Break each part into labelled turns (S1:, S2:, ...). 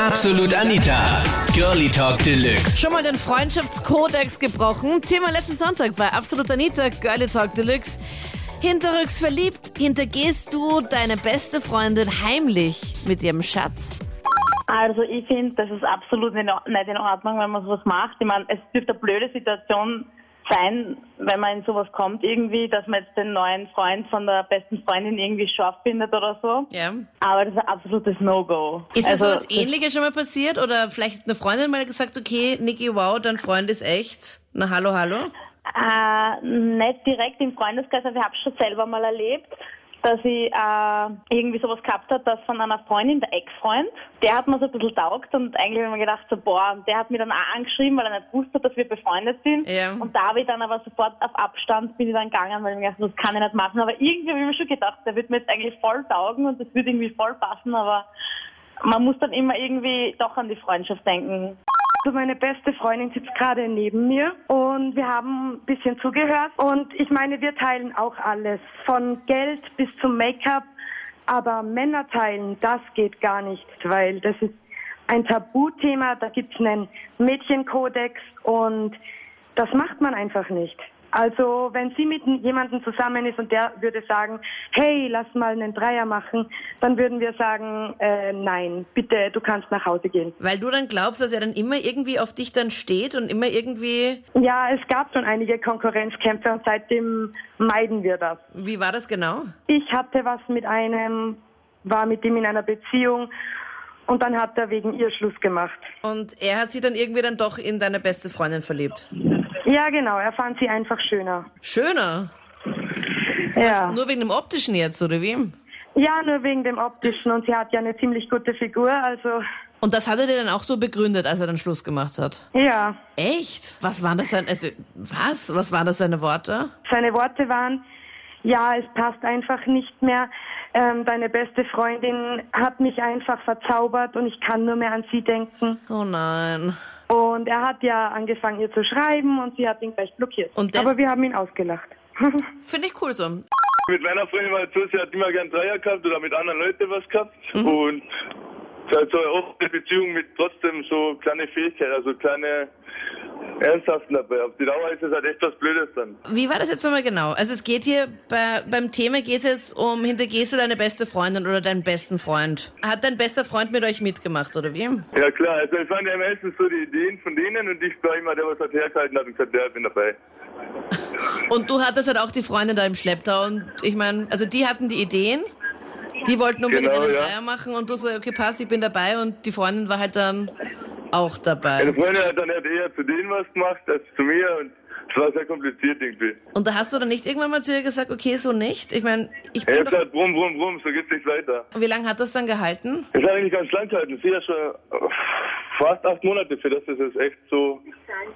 S1: Absolut Anita. Girlie Talk Deluxe.
S2: Schon mal den Freundschaftskodex gebrochen. Thema letzten Sonntag bei Absolut Anita, Girlie Talk Deluxe. Hinterrücks verliebt, hintergehst du deine beste Freundin heimlich mit ihrem Schatz.
S3: Also ich finde, das ist absolut in Or- nicht in Ordnung, wenn man sowas macht. Ich meine, es dürfte eine blöde Situation sein, wenn man in sowas kommt irgendwie, dass man jetzt den neuen Freund von der besten Freundin irgendwie scharf findet oder so.
S2: Ja.
S3: Aber das ist ein absolutes No-Go.
S2: Ist dir sowas
S3: Also, das-
S2: ähnliches schon mal passiert? Oder vielleicht hat eine Freundin mal gesagt, okay, Niki, wow, dein Freund ist echt. Na, hallo, hallo.
S3: Äh, nicht direkt im Freundeskreis, aber ich habe schon selber mal erlebt, dass ich äh, irgendwie sowas gehabt hat, dass von einer Freundin, der Ex-Freund, der hat mir so ein bisschen taugt und eigentlich habe ich mir gedacht, so, boah, und der hat mir dann auch angeschrieben, weil er nicht wusste, dass wir befreundet sind.
S2: Ja.
S3: Und da habe ich dann aber sofort auf Abstand bin ich dann gegangen, weil ich mir gedacht habe, das kann ich nicht machen. Aber irgendwie habe ich mir schon gedacht, der wird mir jetzt eigentlich voll taugen und das wird irgendwie voll passen, aber man muss dann immer irgendwie doch an die Freundschaft denken.
S4: Also meine beste Freundin sitzt gerade neben mir und wir haben ein bisschen zugehört und ich meine, wir teilen auch alles, von Geld bis zum Make-up, aber Männer teilen, das geht gar nicht, weil das ist ein Tabuthema, da gibt es einen Mädchenkodex und das macht man einfach nicht. Also wenn sie mit jemandem zusammen ist und der würde sagen, hey, lass mal einen Dreier machen, dann würden wir sagen, äh, nein, bitte, du kannst nach Hause gehen.
S2: Weil du dann glaubst, dass er dann immer irgendwie auf dich dann steht und immer irgendwie...
S4: Ja, es gab schon einige Konkurrenzkämpfe und seitdem meiden wir das.
S2: Wie war das genau?
S4: Ich hatte was mit einem, war mit ihm in einer Beziehung und dann hat er wegen ihr Schluss gemacht.
S2: Und er hat sich dann irgendwie dann doch in deine beste Freundin verliebt.
S4: Ja, genau, er fand sie einfach schöner.
S2: Schöner.
S4: Ja.
S2: Nur wegen dem Optischen jetzt, oder wie?
S4: ja, nur wegen dem Optischen und sie hat ja eine ziemlich gute Figur, also
S2: Und das hat er dir dann auch so begründet, als er dann Schluss gemacht hat.
S4: ja.
S2: Echt? Was waren das sein, also, was? Was waren das seine Worte?
S4: Seine Worte waren, ja, es passt einfach nicht mehr. Ähm, deine beste Freundin hat mich einfach verzaubert und ich kann nur mehr an sie denken.
S2: Oh nein.
S4: Und er hat ja angefangen, ihr zu schreiben und sie hat ihn gleich blockiert.
S2: Und das-
S4: Aber wir haben ihn ausgelacht.
S2: Finde ich cool so.
S5: Mit meiner Freundin war es so, sie hat immer gern Dreier gehabt oder mit anderen Leuten was gehabt. Und sie hat so eine offene Beziehung mit trotzdem so kleine Fähigkeiten, also kleine Ernsthaften dabei. Auf die Dauer ist es halt echt was Blödes dann.
S2: Wie war das jetzt nochmal genau? Also es geht hier bei, beim Thema geht es jetzt um hintergehst du deine beste Freundin oder deinen besten Freund? Hat dein bester Freund mit euch mitgemacht oder wie?
S5: Ja klar, also es waren ja meistens so die Ideen von denen und ich war immer der, was halt hergehalten hat und gesagt, ja, ich bin dabei.
S2: Und du hattest halt auch die Freundin da im Schlepptau und ich meine, also die hatten die Ideen, die wollten unbedingt
S5: Genau,
S2: einen
S5: ja.
S2: Dreier machen und du so okay pass, ich bin dabei und die Freundin war halt dann auch dabei.
S5: Meine Freundin hat dann halt eher zu denen was gemacht als zu mir und es war sehr kompliziert irgendwie.
S2: Und da hast du dann nicht irgendwann mal zu ihr gesagt, okay, so nicht? Ich meine, ich
S5: Er
S2: bin
S5: hat
S2: doch,
S5: gesagt, halt brumm, brumm, brumm, so geht's nicht weiter.
S2: wie lange hat das dann gehalten?
S5: Das hat eigentlich ganz lang gehalten. Sie ja schon äh, fast acht Monate für das. ist es echt so.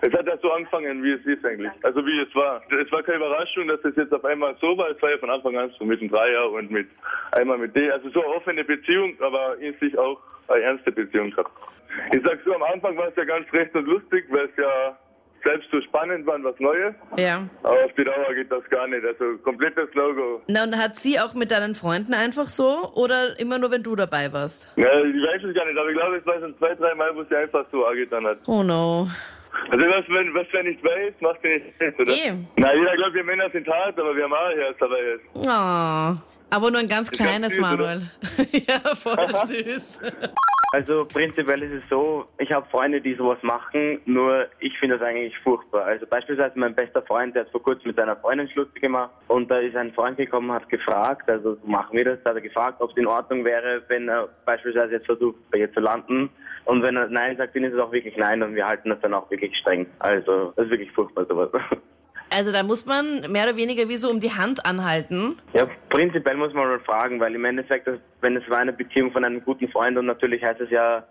S5: Es hat ja so angefangen, wie es ist eigentlich. Also wie es war. Es war keine Überraschung, dass es jetzt auf einmal so war. Es war ja von Anfang an so mit dem Dreier und mit einmal mit D. Also so eine offene Beziehung, aber in sich auch eine ernste Beziehung gehabt. Ich sag so, am Anfang war es ja ganz recht und lustig, weil es ja selbst so spannend war, und was Neues.
S2: Ja.
S5: Aber auf die Dauer geht das gar nicht. Also komplettes Logo.
S2: Na und hat sie auch mit deinen Freunden einfach so oder immer nur, wenn du dabei warst?
S5: Ja, ich weiß es gar nicht, aber ich glaube, es war schon zwei, drei Mal, wo sie einfach so angetan hat.
S2: Oh no.
S5: Also was, wenn, was wer nicht weiß, macht er nicht selbst, oder?
S2: Eh.
S5: Na, jeder glaubt, wir Männer sind hart, aber wir haben auch Herz dabei jetzt.
S2: Ah, Aber nur ein ganz
S5: ganz
S2: kleines,
S5: süß,
S2: Manuel. ja, voll süß.
S6: Also prinzipiell ist es so, ich habe Freunde, die sowas machen, nur ich finde das eigentlich furchtbar. Also beispielsweise mein bester Freund, der hat vor kurzem mit seiner Freundin Schluss gemacht und da ist ein Freund gekommen, hat gefragt, also so machen wir das, da hat er gefragt, ob es in Ordnung wäre, wenn er beispielsweise jetzt versucht, bei ihr zu landen und wenn er Nein sagt, dann ist es auch wirklich Nein und wir halten das dann auch wirklich streng. Also das ist wirklich furchtbar sowas.
S2: Also da muss man mehr oder weniger wie so um die Hand anhalten.
S6: Ja, prinzipiell muss man mal fragen, weil im Endeffekt, das, wenn es war eine Beziehung von einem guten Freund und natürlich heißt es ja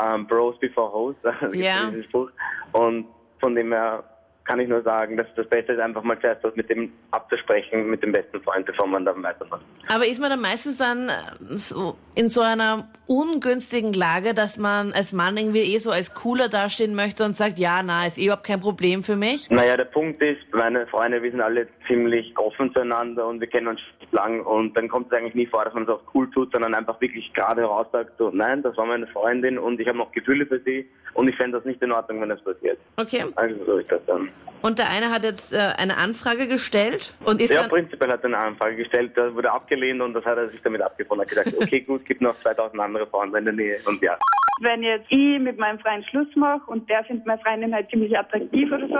S6: ähm, Bros before Hoes, also
S2: Ja.
S6: dieses Buch. Und von dem her kann ich nur sagen, dass das Beste ist, einfach mal zuerst das mit dem abzusprechen, mit dem besten Freund, bevor man dann weitermacht.
S2: Aber ist man dann meistens dann ähm, so in so einer ungünstigen Lage, dass man als Mann irgendwie eh so als cooler dastehen möchte und sagt, ja, na, ist eh überhaupt kein Problem für mich?
S6: Naja, der Punkt ist, meine Freunde, wir sind alle ziemlich offen zueinander und wir kennen uns lang und dann kommt es eigentlich nie vor, dass man es auf cool tut, sondern einfach wirklich gerade heraus sagt, so, nein, das war meine Freundin und ich habe noch Gefühle für sie und ich fände das nicht in Ordnung, wenn das passiert.
S2: Okay.
S6: Also so ist das dann.
S2: Und der eine hat jetzt äh, eine Anfrage gestellt und ist
S6: ja,
S2: dann...
S6: prinzipiell hat er eine Anfrage gestellt, da wurde abgelehnt und das hat er sich damit abgefunden, hat gesagt, okay, gut, gibt noch 2000 andere Frauen in der Nähe und ja.
S4: Wenn jetzt ich mit meinem Freund Schluss mache und der findet meine Freundin halt ziemlich attraktiv oder so,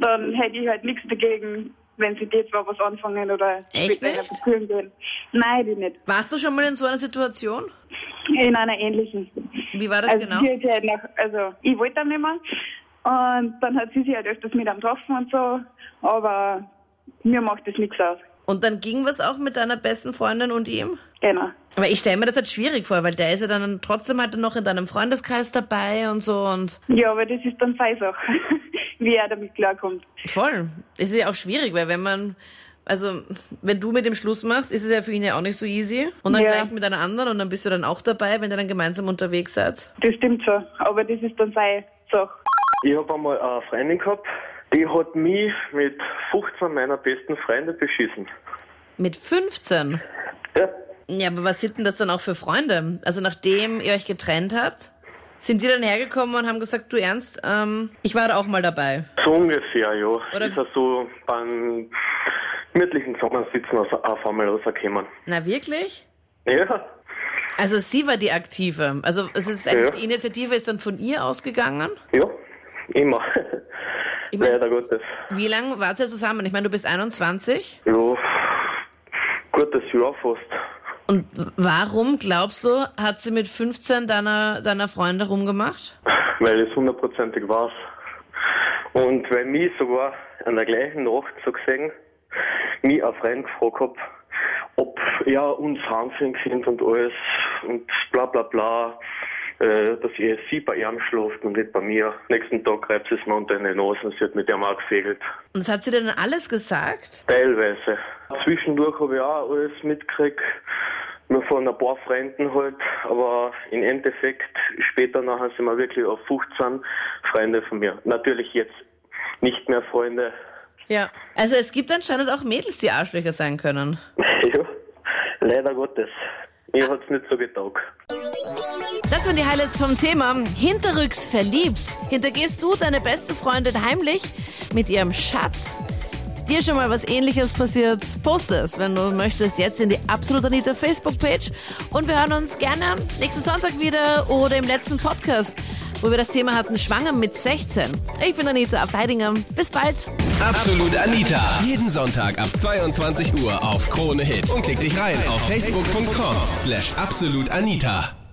S4: dann hätte ich halt nichts dagegen, wenn sie dir zwar was anfangen oder
S2: Echt
S4: mit einer
S2: nicht?
S4: Beziehung gehen. Nein, die nicht.
S2: Warst du schon mal in so einer Situation?
S4: In einer ähnlichen.
S2: Wie war das
S4: also,
S2: genau?
S4: sie hat sich halt nach, also ich wollte dann nicht mehr. Und dann hat sie sich halt öfters mit am getroffen und so. Aber mir macht das nichts aus.
S2: Und dann ging was auch mit deiner besten Freundin und ihm?
S4: Genau.
S2: Aber ich stelle mir das halt schwierig vor, weil der ist ja dann trotzdem halt noch in deinem Freundeskreis dabei und so und
S4: Ja, aber das ist dann seine Sache, wie er damit klarkommt.
S2: voll. Es ist ja auch schwierig, weil wenn man, also wenn du mit dem Schluss machst, ist es ja für ihn ja auch nicht so easy. Und dann
S4: Ja.
S2: gleich mit einer anderen und dann bist du dann auch dabei, wenn ihr dann gemeinsam unterwegs seid.
S4: Das stimmt schon, aber das ist dann seine Sache.
S7: Ich habe einmal eine Freundin gehabt, die hat mich mit 15 meiner besten Freunde beschissen.
S2: Mit 15.
S7: Ja,
S2: Ja, aber was sind denn das dann auch für Freunde? Also nachdem ihr euch getrennt habt, sind die dann hergekommen und haben gesagt, du Ernst, ähm, ich war da auch mal dabei.
S7: so ungefähr, ja.
S2: Oder-
S7: Ist er so beim gemütlichen Zusammensitzen auf, auf einmal rausgekommen.
S2: Na wirklich?
S7: Ja,
S2: Also sie war die Aktive. Also es ist eigentlich,
S7: Ja.
S2: die Initiative ist dann von ihr ausgegangen.
S7: ja, immer.
S2: Ich mein-
S7: Leider Gottes.
S2: Wie lange wart ihr zusammen? Ich meine, du bist 21.
S7: Ja, gutes Jahr fast.
S2: Und warum, glaubst du, hat sie mit 15 deiner, deiner Freunde rumgemacht?
S7: Weil es hundertprozentig war. Und weil mich sogar an der gleichen Nacht so gesehen, mich ein Freund gefragt hab, ob ja uns Hanseln sind und alles und bla bla bla, äh, dass ihr sie bei ihm schlaft und nicht bei mir. Nächsten Tag reibt sie es mir unter den Nase und sie hat mit dem auch gefegelt.
S2: Und das hat sie dir dann alles gesagt?
S7: Teilweise. Zwischendurch habe ich auch alles mitgekriegt. Nur von ein paar Freunden halt, aber im Endeffekt später nachher sind wir wirklich auf 15 Freunde von mir. Natürlich jetzt nicht mehr Freunde.
S2: Ja. Also es gibt anscheinend auch Mädels, die Arschlöcher sein können.
S7: ja, leider Gottes. Mir hat's nicht so getaugt.
S2: Das waren die Highlights vom Thema Hinterrücks verliebt. Hintergehst du deine beste Freundin heimlich mit ihrem Schatz? Dir schon mal was ähnliches passiert? Poste es, wenn du möchtest, jetzt in die Absolut Anita Facebook-Page. Und wir hören uns gerne nächsten Sonntag wieder oder im letzten Podcast, wo wir das Thema hatten, schwanger mit 16. Ich bin Anita Ableidinger. Bis bald.
S1: Absolut Anita. Jeden Sonntag ab 22 Uhr auf Krone Hit. Und klick dich rein auf facebook.com slash absolutanita.